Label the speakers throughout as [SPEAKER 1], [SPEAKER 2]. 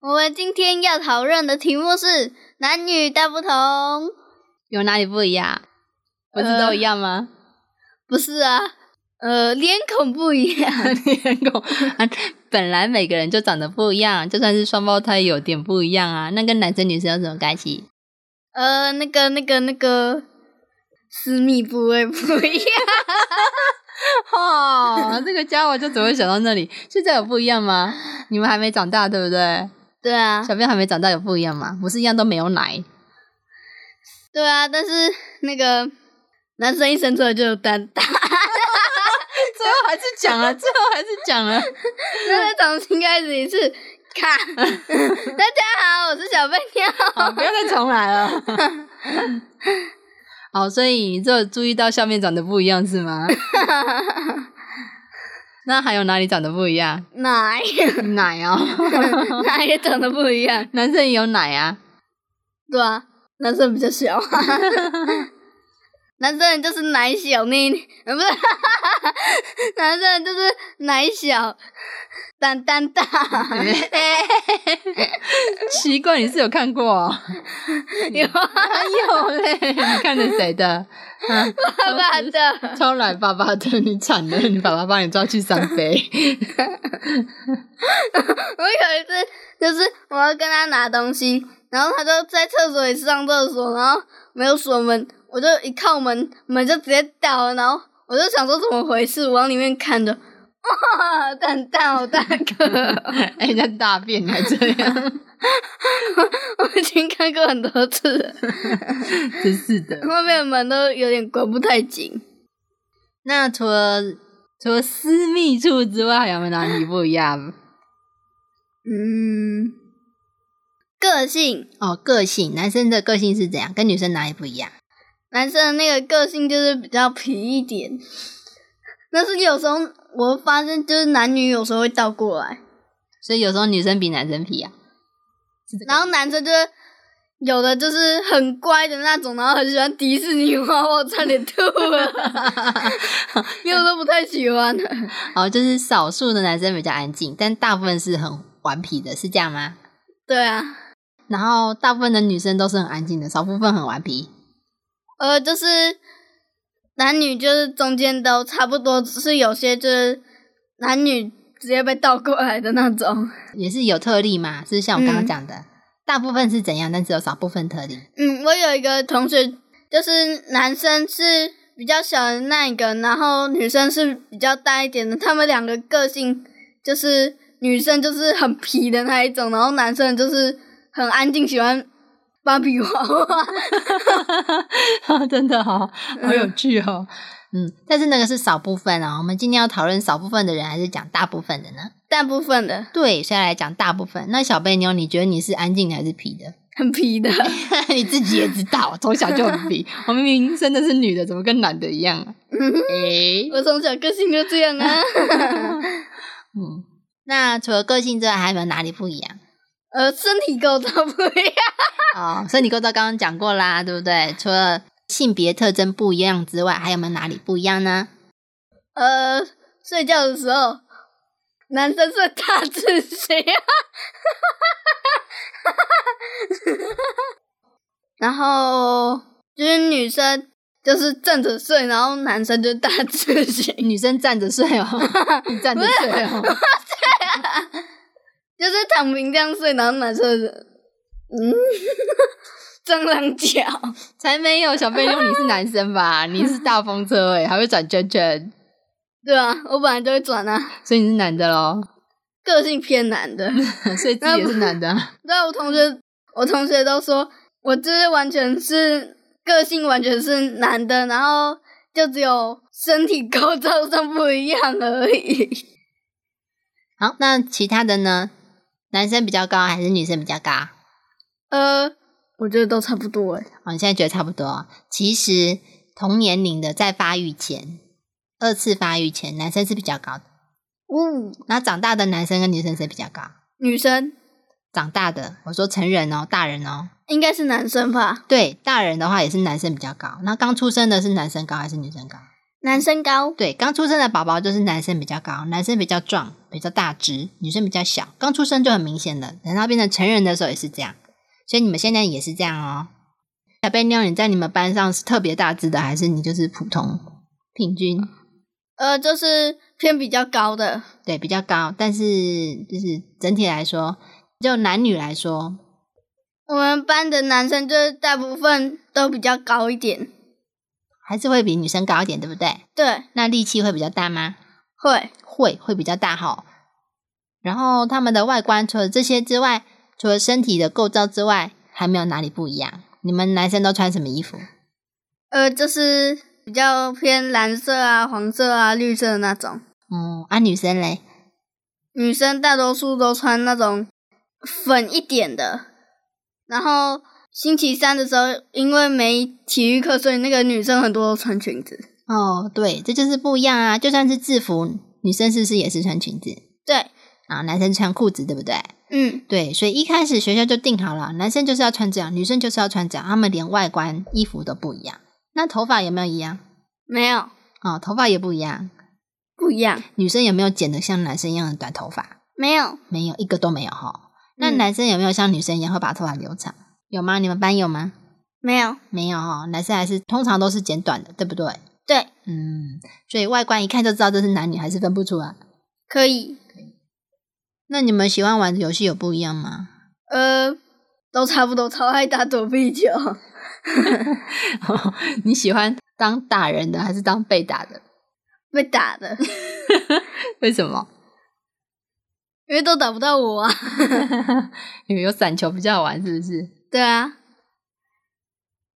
[SPEAKER 1] 我们今天要讨论的题目是男女大不同。
[SPEAKER 2] 有哪里不一样？不是都一样吗？
[SPEAKER 1] 呃不是啊，呃，脸孔不一 样。
[SPEAKER 2] 脸孔啊，本来每个人就长得不一样，就算是双胞胎有点不一样啊，那跟男生女生有什么关系？
[SPEAKER 1] 呃，那个、那个、那个，私密部位不一样。
[SPEAKER 2] 哦，这个家伙就只会想到那里。现在有不一样吗？你们还没长大，对不对？
[SPEAKER 1] 对啊，
[SPEAKER 2] 小朋友还没长大有不一样吗？不是一样都没有奶？
[SPEAKER 1] 对啊，但是那个男生一生出来就有蛋大，
[SPEAKER 2] 最后还是讲 了，最后还是讲了。
[SPEAKER 1] 那再重新开始一次。 卡，大家好，我是小贝妞。
[SPEAKER 2] 好，不要再重来 了。好，哦所以你只有注意到下面长得不一样是 吗？那还有哪里长得不一样？
[SPEAKER 1] 奶
[SPEAKER 2] 奶 哦，
[SPEAKER 1] 奶也长得不一样，
[SPEAKER 2] 男生也有奶啊。
[SPEAKER 1] 对啊，男生比较小，男生就是奶小那一年，呃 不是，男生就是奶小，蛋蛋大。
[SPEAKER 2] 奇怪，你是有 看过、哦？
[SPEAKER 1] 有啊，
[SPEAKER 2] 哪有嘞？你看的谁的？啊，
[SPEAKER 1] 爸爸的，
[SPEAKER 2] 超来爸爸的，你惨了，你爸爸帮你抓去三 杯。
[SPEAKER 1] 我有一次就是我要跟他拿东西，然后他就在厕所里上厕所，然后没有锁门，我就一靠门，门就直接倒了，然后我就想说怎么回事，我往里面看着，哇，蛋蛋好大个，
[SPEAKER 2] 哎，人家大便你还这样，
[SPEAKER 1] 我已经看过很多次了，
[SPEAKER 2] 真是的。
[SPEAKER 1] 外面的门都有点关不太紧。
[SPEAKER 2] 那除了除了私密处之外，还有没有哪里不一样？
[SPEAKER 1] 嗯，个性，
[SPEAKER 2] 哦，个性，男生的个性是怎样？跟女生哪里不一样？
[SPEAKER 1] 男生的那个个性就是比较皮一点，但是有时候我会发现就是男女有时候会倒过来，
[SPEAKER 2] 所以有时候女生比男生 皮啊。
[SPEAKER 1] 然后男生就是有的就是很乖的那种，然后很喜欢迪士尼娃娃，我差点吐了， 有的不太喜欢的。
[SPEAKER 2] 哦，就是少数的男生比较安静，但大部分是很顽皮的，是这样吗？
[SPEAKER 1] 对啊，
[SPEAKER 2] 然后大部分的女生都是很安静的，少部分很顽皮。
[SPEAKER 1] 呃，就是男女就是中间都差不多，只是有些就是男女直接被倒过来的那种。
[SPEAKER 2] 也是有特例嘛，是像我刚刚
[SPEAKER 1] 嗯
[SPEAKER 2] 讲的，大部分是怎样，但只有少部分特例。
[SPEAKER 1] 嗯，我有一个同学，就是男生是比较小的那一个，然后女生是比较大一点的。他们两个个性就是女生就是很皮的那一种，然后男生就是很安静，喜欢芭比娃娃。
[SPEAKER 2] 真的好、哦，好有趣哦。嗯，但是那个是少部分哦。我们今天要讨论少部分的人，还是讲大部分的呢？
[SPEAKER 1] 大部分的
[SPEAKER 2] 对，现在来讲大部分。那小贝妞，你觉得你是安静的还是皮的？
[SPEAKER 1] 很皮的，
[SPEAKER 2] 你自己也知道，从小就很 皮。我明明生的是女的，怎么跟男的一样、啊？诶、
[SPEAKER 1] 我从小个性就这样啊。
[SPEAKER 2] 嗯，那除了个性之外，还有没有哪里不一样？
[SPEAKER 1] 呃，身体构造不一样。
[SPEAKER 2] 哦，身体构造刚刚讲过啦，对不对？除了性别特征不一样之外，还有没有哪里不一样呢？
[SPEAKER 1] 呃，睡觉的时候，男生是大字型，啊然后就是女生就是正着睡，然后男生就大字型，
[SPEAKER 2] 女生站着睡 哦，你站着睡哦。
[SPEAKER 1] 就是躺平这样睡，然后男生是嗯 蟑螂脚，
[SPEAKER 2] 才没有，小贝妞，你是男生 吧？你是大风车哎、还会转圈圈，
[SPEAKER 1] 对吧、啊？我本来就会转啊，
[SPEAKER 2] 所以你是男的喽，
[SPEAKER 1] 个性偏男的。
[SPEAKER 2] 所以自己也是男的啊。
[SPEAKER 1] 对，我同学，我同学都说我就是完全是个性完全是男的，然后就只有身体构造上不一样而已。
[SPEAKER 2] 好，那其他的呢？男生比较高还是女生比较高？
[SPEAKER 1] 呃，我觉得都差不多哎。
[SPEAKER 2] 哦，你现在觉得差不多哦。其实同年龄的在发育前，二次发育前，男生是比较高的。
[SPEAKER 1] 呜、
[SPEAKER 2] 那长大的男生跟女生谁比较高？
[SPEAKER 1] 女生
[SPEAKER 2] 长大的，我说成人哦，大人哦，
[SPEAKER 1] 应该是男生吧？
[SPEAKER 2] 对，大人的话也是男生比较高。那刚出生的是男生高还是女生高？
[SPEAKER 1] 男生高，
[SPEAKER 2] 对，刚出生的宝宝就是男生比较高，男生比较壮，比较大只，女生比较小。刚出生就很明显了，等到变成成人的时候也是这样。所以你们现在也是这样哦。小贝妞，你在你们班上是特别大只的，还是你就是普通平均？
[SPEAKER 1] 呃，就是偏比较高的。
[SPEAKER 2] 对，比较高，但是就是整体来说，就男女来说，
[SPEAKER 1] 我们班的男生就是大部分都比较高一点，
[SPEAKER 2] 还是会比女生高一点，对不对？
[SPEAKER 1] 对，
[SPEAKER 2] 那力气会比较大吗？
[SPEAKER 1] 会
[SPEAKER 2] 会会比较大哈。然后他们的外观除了这些之外，除了身体的构造之外，还没有哪里不一样。你们男生都穿什么衣服？
[SPEAKER 1] 呃，就是比较偏蓝色啊、黄色啊、绿色的那种。
[SPEAKER 2] 嗯，啊，女生嘞，
[SPEAKER 1] 女生大多数都穿那种粉一点的。然后星期三的时候，因为没体育课，所以那个女生很多都穿裙子。
[SPEAKER 2] 哦，对，这就是不一样啊。就算是制服，女生是不是也是穿裙子
[SPEAKER 1] 对，
[SPEAKER 2] 啊？男生穿裤子，对不对？
[SPEAKER 1] 嗯，
[SPEAKER 2] 对，所以一开始学校就定好了，男生就是要穿这样，女生就是要穿这样，他们连外观、衣服都不一样。那头发有没有一样？
[SPEAKER 1] 没有
[SPEAKER 2] 哦，头发也不一样。
[SPEAKER 1] 不一样，
[SPEAKER 2] 女生有没有剪得像男生一样的短头发？
[SPEAKER 1] 没有。
[SPEAKER 2] 没有，一个都没有哈。那
[SPEAKER 1] 嗯
[SPEAKER 2] 男生有没有像女生一样会把头发留长？有吗？你们班有吗？
[SPEAKER 1] 没有，
[SPEAKER 2] 没有哈，男生还是通常都是剪短的，对不对？
[SPEAKER 1] 对，
[SPEAKER 2] 嗯，所以外观一看就知道这是男女，还是分不出来。
[SPEAKER 1] 可以，
[SPEAKER 2] 那你们喜欢玩的游戏有不一样吗？
[SPEAKER 1] 呃，都差不多，超爱打躲避球。
[SPEAKER 2] 你喜欢当打人的还是当被打的？
[SPEAKER 1] 被打 的，
[SPEAKER 2] 为什么？
[SPEAKER 1] 因为都打不到我啊。
[SPEAKER 2] 因为有散球比较好玩，是不是？
[SPEAKER 1] 对啊，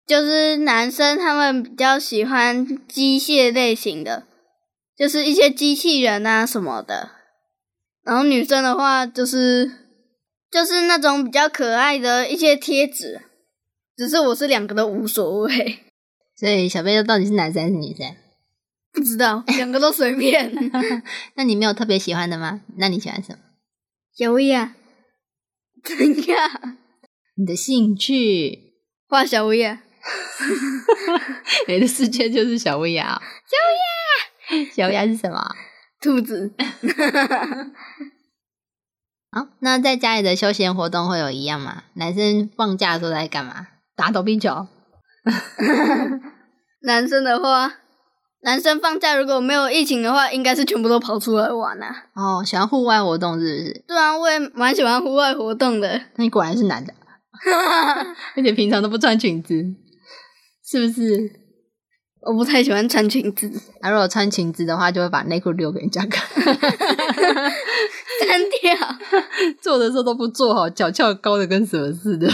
[SPEAKER 1] 就是男生他们比较喜欢机械类型的，就是一些机器人啊什么的。然后女生的话就是就是那种比较可爱的一些贴纸，只是我是两个都无所谓，
[SPEAKER 2] 所以小贝就到底是男生还是女生？
[SPEAKER 1] 不知道两个都随便。
[SPEAKER 2] 那你没有特别喜欢的吗？那你喜欢什么？
[SPEAKER 1] 有呀， 怎样？
[SPEAKER 2] 你的兴趣，
[SPEAKER 1] 画小呀，
[SPEAKER 2] 你的世界就是小乌鸦、小乌鸦，小乌鸦是什么？
[SPEAKER 1] 兔子，
[SPEAKER 2] 好，那在家里的休闲活动会有一样吗？男生放假的时候在干嘛？打躲避球。
[SPEAKER 1] 男生的话，男生放假如果没有疫情的话，应该是全部都跑出来玩啊。
[SPEAKER 2] 哦，喜欢户外活动是不是？
[SPEAKER 1] 对啊，我也蛮喜欢户外活动的。
[SPEAKER 2] 那你果然是男 的，而且平常都不穿裙子，是不是？
[SPEAKER 1] 我不太喜欢穿裙子，
[SPEAKER 2] 啊，如果穿裙子的话，就会把内裤留给人家看。
[SPEAKER 1] 删掉。
[SPEAKER 2] 做的时候都不做好，脚翘高的跟什么似的。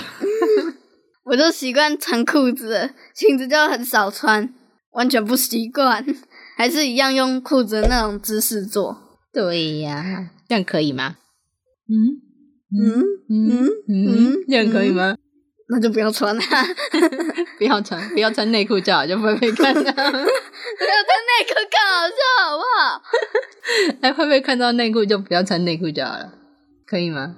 [SPEAKER 1] 我就习惯穿裤子了，裙子就很少穿，完全不习惯，还是一样用裤子的那种姿势做。
[SPEAKER 2] 对呀、这样可以吗？嗯
[SPEAKER 1] 嗯，
[SPEAKER 2] 嗯
[SPEAKER 1] 嗯
[SPEAKER 2] 嗯，这样可以吗？
[SPEAKER 1] 那就不要 穿啦、啊，要穿
[SPEAKER 2] 不要穿， 不要穿内裤就好，就不会被看到，
[SPEAKER 1] 内裤更好笑，好不好？
[SPEAKER 2] 哎，会被看到内裤就不要穿内裤就好了，可 以吗？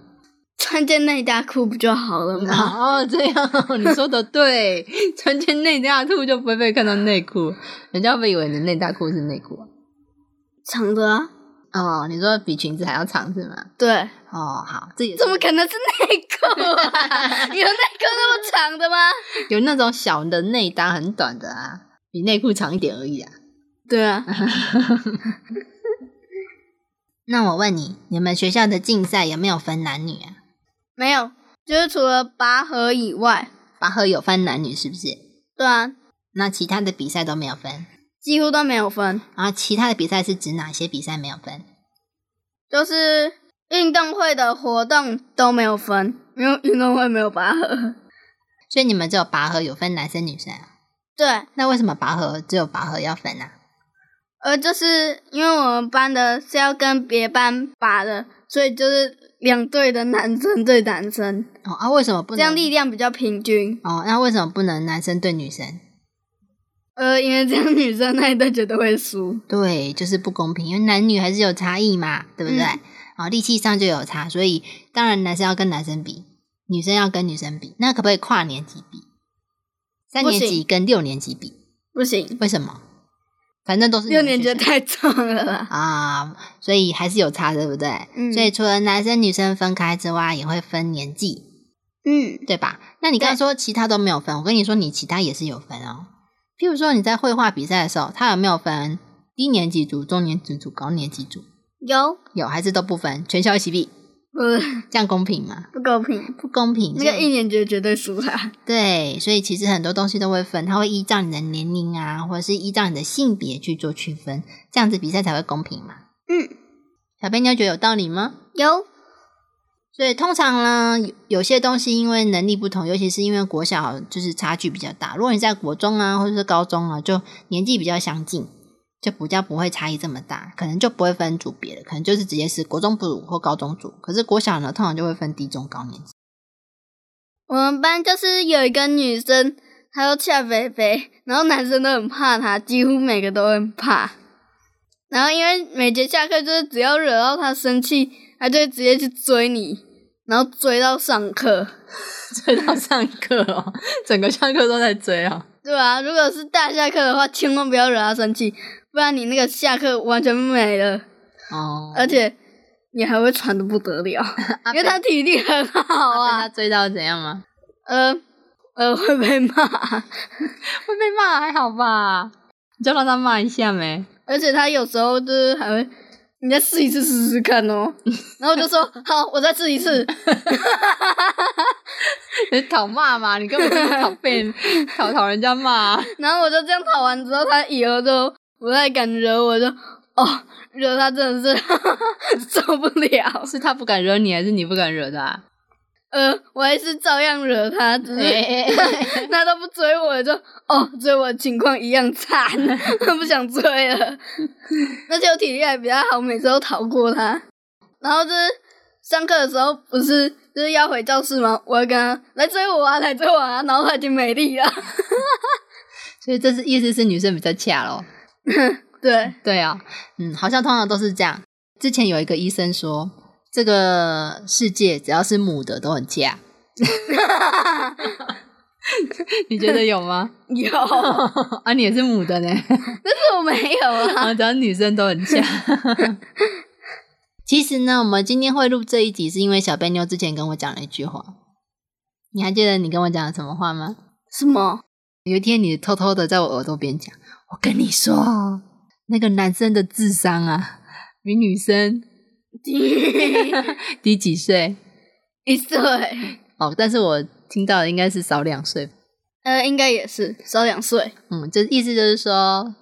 [SPEAKER 1] 穿件内搭裤不就好了吗？
[SPEAKER 2] 哦，这样哦你说的对， 穿件内搭裤就不会被看到内裤，人家会不会以为你的内搭裤是内裤啊？
[SPEAKER 1] 长的啊，
[SPEAKER 2] 哦，你说比裙子还要长是吗？
[SPEAKER 1] 对，
[SPEAKER 2] 哦，好，这也是
[SPEAKER 1] 怎么可能是内裤啊？ 有内裤那么长的吗？
[SPEAKER 2] 有那种小的内搭很短的啊，比内裤长一点而已啊。
[SPEAKER 1] 对啊，
[SPEAKER 2] 那我问你，你们学校的竞赛有没有分男女啊？
[SPEAKER 1] 没有，就是除了拔河以外，
[SPEAKER 2] 拔河有分男女是不是？
[SPEAKER 1] 对啊，
[SPEAKER 2] 那其他的比赛都没有分。
[SPEAKER 1] 几乎都没有分，
[SPEAKER 2] 然后其他的比赛是指哪些比赛没有分？
[SPEAKER 1] 就是运动会的活动都没有分，因为运动会没有拔河。
[SPEAKER 2] 所以你们只有拔河有分男生女生啊？
[SPEAKER 1] 对，
[SPEAKER 2] 那为什么拔河只有拔河要分啊？
[SPEAKER 1] 呃，就是因为我们班的是要跟别班拔的，所以就是两队的男生对男生，
[SPEAKER 2] 哦啊，为什么不
[SPEAKER 1] 这
[SPEAKER 2] 能
[SPEAKER 1] 样？力量比较平均。
[SPEAKER 2] 哦，那为什么不能男生对女生？
[SPEAKER 1] 呃，因为这样女生那一队绝对会输。
[SPEAKER 2] 对，就是不公平，因为男女还是有差异嘛，对不对？啊、
[SPEAKER 1] 嗯
[SPEAKER 2] 力气上就有差，所以当然男生要跟男生比，女生要跟女生比。那可不可以跨年级比？三
[SPEAKER 1] 不
[SPEAKER 2] 年级
[SPEAKER 1] 行
[SPEAKER 2] 跟六年级比？
[SPEAKER 1] 不行，
[SPEAKER 2] 为什么？反正都是
[SPEAKER 1] 六
[SPEAKER 2] 你们
[SPEAKER 1] 年级
[SPEAKER 2] 学
[SPEAKER 1] 的
[SPEAKER 2] 生
[SPEAKER 1] 太重了啦。
[SPEAKER 2] 啊，所以还是有差，对不对？
[SPEAKER 1] 嗯
[SPEAKER 2] 所以除了男生女生分开之外，也会分年纪，
[SPEAKER 1] 嗯，
[SPEAKER 2] 对吧？那你刚刚说其他都没有分，我跟你说，你其他也是有分哦。譬如说你在绘画比赛的时候，他有没有分低年级组、中年级组、高年级组？
[SPEAKER 1] 有
[SPEAKER 2] 有还是都不分，全校一起比，
[SPEAKER 1] 不
[SPEAKER 2] 这样公平吗？
[SPEAKER 1] 不公平？
[SPEAKER 2] 不公平。
[SPEAKER 1] 那个
[SPEAKER 2] 所
[SPEAKER 1] 一
[SPEAKER 2] 以
[SPEAKER 1] 年级的绝对输啦。
[SPEAKER 2] 对，所以其实很多东西都会分，它会依照你的年龄啊，或者是依照你的性别去做区分，这样子比赛才会公平嘛。
[SPEAKER 1] 嗯，
[SPEAKER 2] 小贝妞觉得有道理吗？
[SPEAKER 1] 有
[SPEAKER 2] 所以通常呢，有有些东西因为能力不同，尤其是因为国小就是差距比较大。如果你在国中啊，或者是高中啊，就年纪比较相近，就比较不会差异这么大，可能就不会分组别了，可能就是直接是国中部或高中组。可是国小呢，通常就会分低中高年级。
[SPEAKER 1] 我们班就是有一个女生，她叫恰菲菲，然后男生都很怕她，几乎每个都很怕。然后因为每节下课就是只要惹到她生气，她就会直接去追你，然后追到上课。
[SPEAKER 2] 追到上课哦，整个上课都在追哦。
[SPEAKER 1] 对啊，如果是大下课的话，千万不要惹她生气，不然你那个下课完全没了，
[SPEAKER 2] 哦，
[SPEAKER 1] 而且你还会喘的不得了，因为她体力很好啊。
[SPEAKER 2] 追到怎样吗？
[SPEAKER 1] 呃呃，会被骂。
[SPEAKER 2] 会被骂还好吧？你就让他骂一下没？
[SPEAKER 1] 而且他有时候就是还会，你再试一次试试看哦。然后我就说好，我再试一次。
[SPEAKER 2] 你讨骂嘛？你根本就是 讨被讨讨人家骂、啊。
[SPEAKER 1] 然后我就这样跑完之后，他以后就不太敢惹我，就哦，惹他真的是 受不了。
[SPEAKER 2] 是他不敢惹你，还是你不敢惹啊他？
[SPEAKER 1] 呃，我还是照样惹他， 只是他都不追我，就哦，追我的情况一样惨， 不想追了。而且我体力还比较好，每次都逃过他。然后就是上课的时候，不是就是要回教室吗？我会跟他来追我啊，来追我啊，然后他已经没力了。
[SPEAKER 2] 所以这是意思是女生比较恰咯。
[SPEAKER 1] 对，
[SPEAKER 2] 对啊，嗯，好像通常都是这样。之前有一个医生说，这个世界只要是母的都很恰。 你觉得有吗？
[SPEAKER 1] 有， 但
[SPEAKER 2] 啊，你也是母的呢，
[SPEAKER 1] 是我没有啊。
[SPEAKER 2] 啊，只要女生都很恰。 其实呢，我们今天会录这一集，是因为小贝妞之前跟我讲了一句话。你还记得你跟我讲了什么话吗？
[SPEAKER 1] 什么？
[SPEAKER 2] 有一天你偷偷的在我耳朵边讲，我跟你说，那个男生的智商啊，比女 生低几岁
[SPEAKER 1] 一岁？
[SPEAKER 2] 哦。但是我听到的应该是少两岁，
[SPEAKER 1] 呃，应该也是少两岁。
[SPEAKER 2] 嗯，就意思就是说，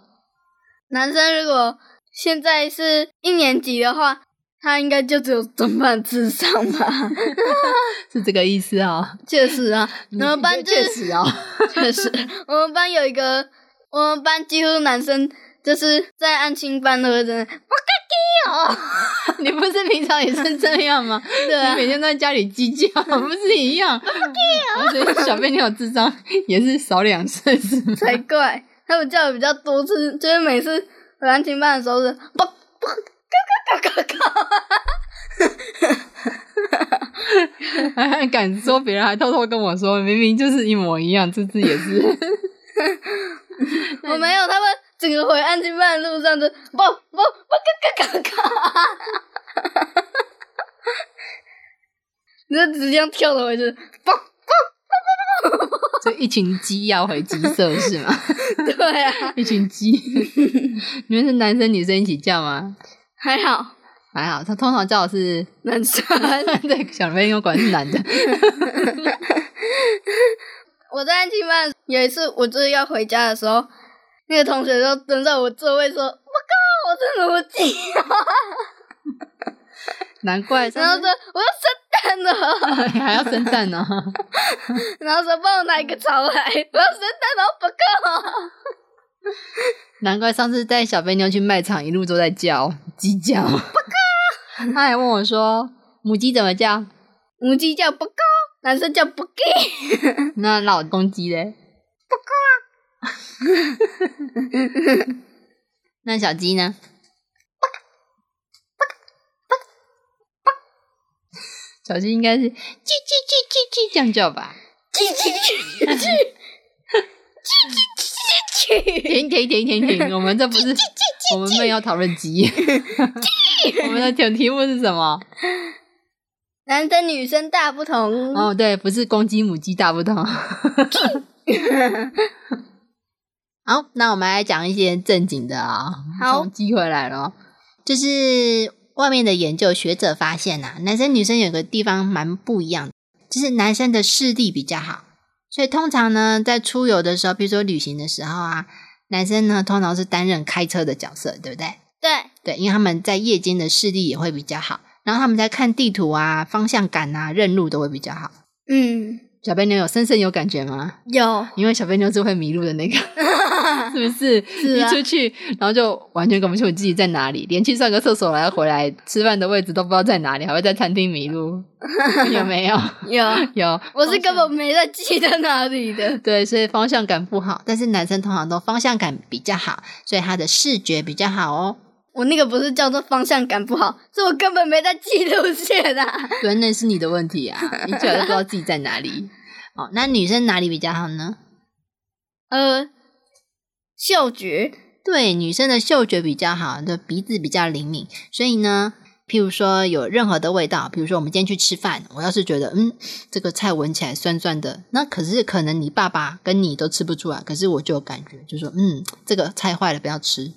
[SPEAKER 1] 男生如果现在是一年级的话，他应该就只有中班智商吧？
[SPEAKER 2] 是这个意思哦。
[SPEAKER 1] 确实啊，我们班就
[SPEAKER 2] 确
[SPEAKER 1] 是
[SPEAKER 2] 实哦，
[SPEAKER 1] 确实，我们班有一个，我们班几乎男生就是在安亲班都会真的，我个
[SPEAKER 2] 你不是平常也是这样吗？
[SPEAKER 1] 弟哦，对
[SPEAKER 2] 你
[SPEAKER 1] 啊，
[SPEAKER 2] 每天都在家里鸡叫，不是一 样？而且小贝你有智商也是少两岁是吗？
[SPEAKER 1] 才怪，他们叫的比较多次，就是每次回安亲班的时候是，不不，嘎嘎嘎嘎嘎，
[SPEAKER 2] 还 敢说别人，还偷偷跟我说，明明就是一模一样，这次也是。
[SPEAKER 1] 我没有，他们整个回安亲班的路上就，不不不嘎嘎嘎嘎，你 就直接这样跳了回去，不。
[SPEAKER 2] 就一群鸡要回鸡舍是吗？
[SPEAKER 1] 对啊，
[SPEAKER 2] 一群鸡， 你们是男生女生一起叫吗？
[SPEAKER 1] 还好
[SPEAKER 2] 还好，他通常叫的是，
[SPEAKER 1] 男生。
[SPEAKER 2] 对，小妹有果然是男的，
[SPEAKER 1] 我在安亲班有一次，我就是要回家的时候，那个同学就蹲在我座位说：“我靠，我真的不记。
[SPEAKER 2] 难怪”
[SPEAKER 1] 然后
[SPEAKER 2] 上
[SPEAKER 1] 说：“我要生蛋了。
[SPEAKER 2] 次还要生蛋哦呢、”
[SPEAKER 1] 然后说：“帮我拿一个槽来，我要生蛋，然后不够。
[SPEAKER 2] 难怪上次带 小贝妞去卖场，一路都在叫鸡叫。他还问我说：“母鸡怎么叫？
[SPEAKER 1] 母鸡叫不高，男生叫不 给。
[SPEAKER 2] 那老公鸡嘞？ 那小鸡呢？小鸡应该是叽叽叽叽叽这样叫吧？
[SPEAKER 1] 叽叽叽叽叽叽叽叽叽叽叽。
[SPEAKER 2] 停停停停停！我们这不是，我们没有讨论鸡。 我们的题题目是什么？
[SPEAKER 1] 男生女生大不同。
[SPEAKER 2] 哦，对，不是公鸡母鸡大不同。 好，那我们来讲一些正经的啊、
[SPEAKER 1] 好
[SPEAKER 2] 从鸡回来了，就是外面的研究学者发现呐、男生女生有个地方蛮不一样的，就是男生的视力比较好，所以通常呢，在出游的时候，比如说旅行的时候啊，男生呢通常是担任开车的角色，对不对？
[SPEAKER 1] 对，
[SPEAKER 2] 对，因为他们在夜间的视力也会比较好，然后他们在看地图啊、方向感啊、认路都会比较好。
[SPEAKER 1] 嗯，
[SPEAKER 2] 小贝妞有深深有感觉吗？
[SPEAKER 1] 有。
[SPEAKER 2] 因为小贝妞是会迷路的那个， 是不是？
[SPEAKER 1] 是啊
[SPEAKER 2] 一出去，然后就完全搞不清楚自己在哪里，连去上个厕所，然后回来吃饭的位置都不知道在哪里，还会在餐厅迷路，有没有？
[SPEAKER 1] 有，
[SPEAKER 2] 有。
[SPEAKER 1] 我是根本没在记得哪里的。
[SPEAKER 2] 对，所以方向感不好，但是男生通常都方向感比较好，所以他的视觉比较好哦。
[SPEAKER 1] 我那个不是叫做方向感不好，是我根本没在记路线啊。
[SPEAKER 2] 对，那是你的问题啊，你居然不知道自己在哪里。哦，那女生哪里比较好呢？
[SPEAKER 1] 呃，嗅觉，
[SPEAKER 2] 对，女生的嗅觉比较好，就鼻子比较灵敏，所以呢，譬如说有任何的味道，比如说我们今天去吃饭，我要是觉得嗯，这个菜闻起来酸酸的，那可是可能你爸爸跟你都吃不出来，可是我就有感觉，就说嗯，这个菜坏了，不要吃。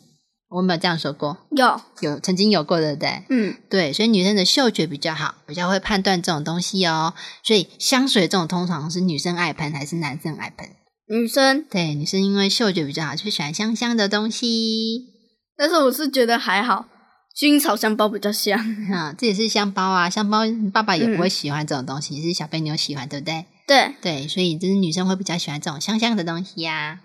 [SPEAKER 2] 我有没有这样说过，
[SPEAKER 1] 有，
[SPEAKER 2] 有曾经有过，对不对？
[SPEAKER 1] 嗯，
[SPEAKER 2] 对，所以女生的嗅觉比较好，比较会判断这种东西哦。所以香水这种通常是女生爱喷还是男生爱喷？
[SPEAKER 1] 女生，
[SPEAKER 2] 对，女生因为嗅觉比较好，就喜欢香香的东西。
[SPEAKER 1] 但是我是觉得还好，薰衣草香包比较香。
[SPEAKER 2] 啊，这也是香包啊，香包爸爸也不会
[SPEAKER 1] 嗯
[SPEAKER 2] 喜欢这种东西，是小贝妞喜欢，对不对？
[SPEAKER 1] 对，
[SPEAKER 2] 对，所以就是女生会比较喜欢这种香香的东西呀、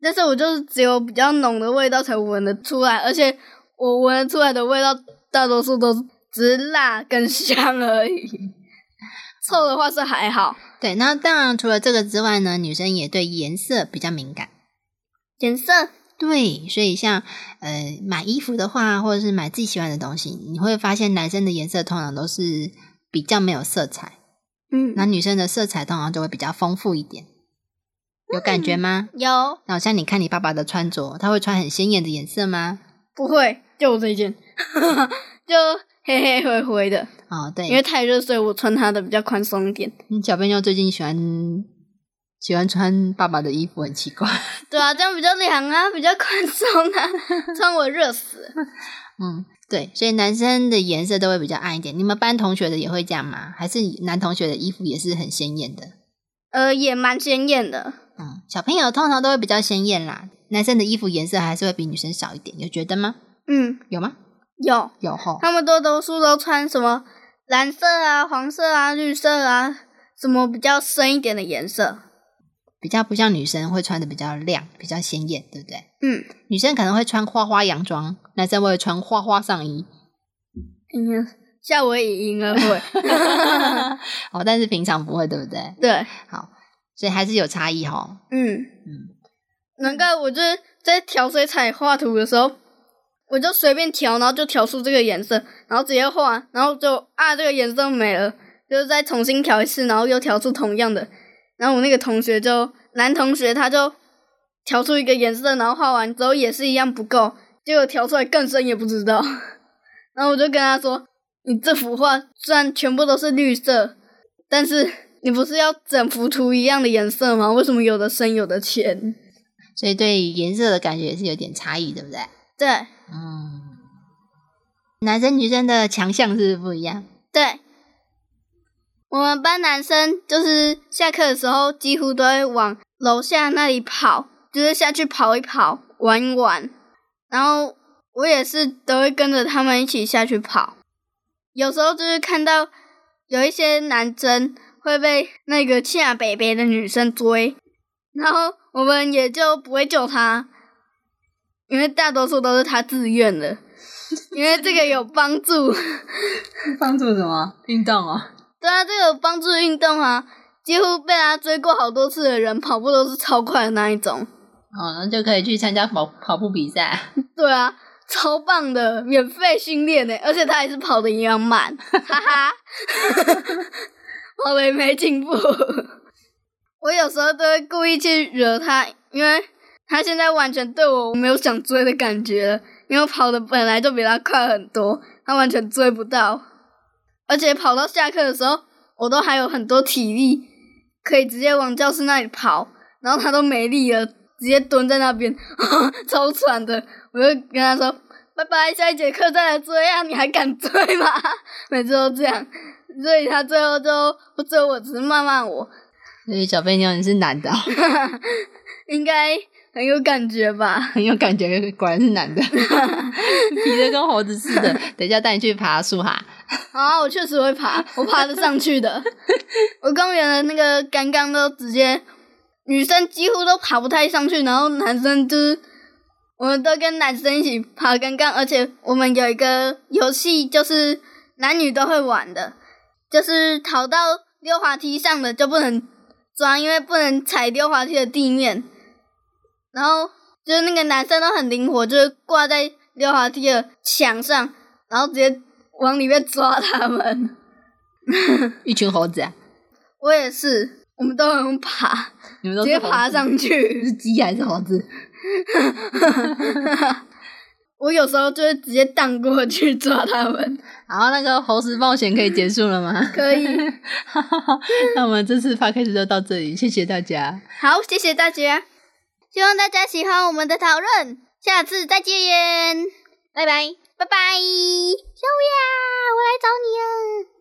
[SPEAKER 1] 但是我就是只有比较浓的味道才闻得出来，而且我闻得出来的味道大多数都只是辣跟香而已。 臭的话是还好，
[SPEAKER 2] 对，那当然除了这个之外呢，女生也对颜色比较敏感。
[SPEAKER 1] 颜色，
[SPEAKER 2] 对，所以像呃买衣服的话，或者是买自己喜欢的东西，你会发现男生的颜色通常都是比较没有色彩，
[SPEAKER 1] 嗯
[SPEAKER 2] 那女生的色彩通常就会比较丰富一点，有感
[SPEAKER 1] 嗯
[SPEAKER 2] 觉吗？
[SPEAKER 1] 有
[SPEAKER 2] 那好像你看你爸爸的穿着，他会穿很鲜艳的颜色吗？
[SPEAKER 1] 不会，就我这一件， 就黑黑灰灰的，
[SPEAKER 2] 哦，对，
[SPEAKER 1] 因为太热，所以我穿它的比较宽松一点。
[SPEAKER 2] 你小朋友最近喜欢喜欢穿爸爸的衣服，很奇怪。
[SPEAKER 1] 对啊，这样比较凉啊，比较宽松啊， 穿我热死了。
[SPEAKER 2] 嗯，对，所以男生的颜色都会比较暗一点。你们班同学的也会这样吗？还是男同学的衣服也是很鲜艳的？
[SPEAKER 1] 呃，也蛮鲜艳的，
[SPEAKER 2] 嗯，小朋友通常都会比较鲜艳啦，男生的衣服颜色还是会比女生少一点，有觉得吗？
[SPEAKER 1] 嗯，
[SPEAKER 2] 有吗？
[SPEAKER 1] 有，
[SPEAKER 2] 有吼。
[SPEAKER 1] 他们多多数都穿什么蓝色啊、黄色啊、绿色啊，什么比较深一点的颜色。
[SPEAKER 2] 比较不像女生会穿的比较亮、比较鲜艳，对不对？
[SPEAKER 1] 嗯，
[SPEAKER 2] 女生可能会穿花花洋装，男生会穿花花上衣。
[SPEAKER 1] 嗯，夏威夷应该会。
[SPEAKER 2] 哦，但是平常不会，对不对？
[SPEAKER 1] 对，
[SPEAKER 2] 好，所以还是有差异吼。
[SPEAKER 1] 嗯
[SPEAKER 2] 嗯，
[SPEAKER 1] 难怪我就是在调水彩画图的时候，我就随便调，然后就调出这个颜色，然后直接画，然后就啊这个颜色没了，就是再重新调一次，然后又调出同样的。然后我那个同学就男同学他就调出一个颜色，然后画完之后也是一样不够，结果调出来更深也不知道。然后我就跟他说：“你这幅画虽然全部都是绿色，但是你不是要整幅图一样的颜色吗？为什么有的深有的浅？”
[SPEAKER 2] 所以对颜色的感觉也是有点差异，对不对？
[SPEAKER 1] 对
[SPEAKER 2] 嗯，男生女生的强项是不是不一 样。
[SPEAKER 1] 对，我们班男生就是下课的时候几乎都会往楼下那里跑，就是下去跑一跑，玩一玩。然后我也是都会跟着他们一起下去跑。有时候就是看到有一些男生会被那个恰北北的女生追，然后我们也就不会救他，因为大多数都是他自愿的。因为这个有帮助。
[SPEAKER 2] 帮助什么运动哦？
[SPEAKER 1] 对啊，这个有帮助运动啊，几乎被他追过好多次的人，跑步都是超快的那一种。
[SPEAKER 2] 哦，那就可以去参加跑跑步比赛。
[SPEAKER 1] 对啊，超棒的，免费训练呢，而且他还是跑的一样慢，哈哈，跑的也没进步。我有时候都会故意去惹他，因为他现在完全对我没有想追的感觉了，因为我跑的本来就比他快很多，他完全追不到，而且跑到下课的时候，我都还有很多体力，可以直接往教室那里跑，然后他都没力了，直接蹲在那边， 超喘的。我就跟他说：“拜拜，下一节课再来追啊，你还敢追吗？” 每次都这样，所以他最后就不追我，只是骂骂我，
[SPEAKER 2] 所以小贝妞你是男的、哦，
[SPEAKER 1] 应该很有感觉吧？
[SPEAKER 2] 很有感觉，果然是男的， 皮的跟猴子似的。等一下带你去爬树哈。
[SPEAKER 1] 啊，我确实会爬，我爬得上去的。我公园的那个杆杆都直接，女生几乎都爬不太上去，然后男生就是，我们都跟男生一起爬杆杆，而且我们有一个游戏就是男女都会玩的，就是逃到溜滑梯上的就不能抓，因为不能踩溜滑梯的地面。然后就是那个男生都很灵活，就是挂在溜滑梯的墙上，然后直接往里面抓他们。
[SPEAKER 2] 一群猴子、啊，
[SPEAKER 1] 我也是，我们都很爬，
[SPEAKER 2] 你们
[SPEAKER 1] 直
[SPEAKER 2] 都
[SPEAKER 1] 接
[SPEAKER 2] 是猴
[SPEAKER 1] 爬
[SPEAKER 2] 子
[SPEAKER 1] 上去。
[SPEAKER 2] 是鸡还是猴子？
[SPEAKER 1] 我有时候就会直接荡过去抓他们。
[SPEAKER 2] 然后那个猴子冒险可以结束了吗？
[SPEAKER 1] 可以，
[SPEAKER 2] 那我们这次 p o d 就到这里，谢谢大家。
[SPEAKER 1] 好，谢谢大家，希望大家喜欢我们的讨论，下次再见，
[SPEAKER 2] 拜拜。
[SPEAKER 1] 拜拜。小雅，我来找你啊。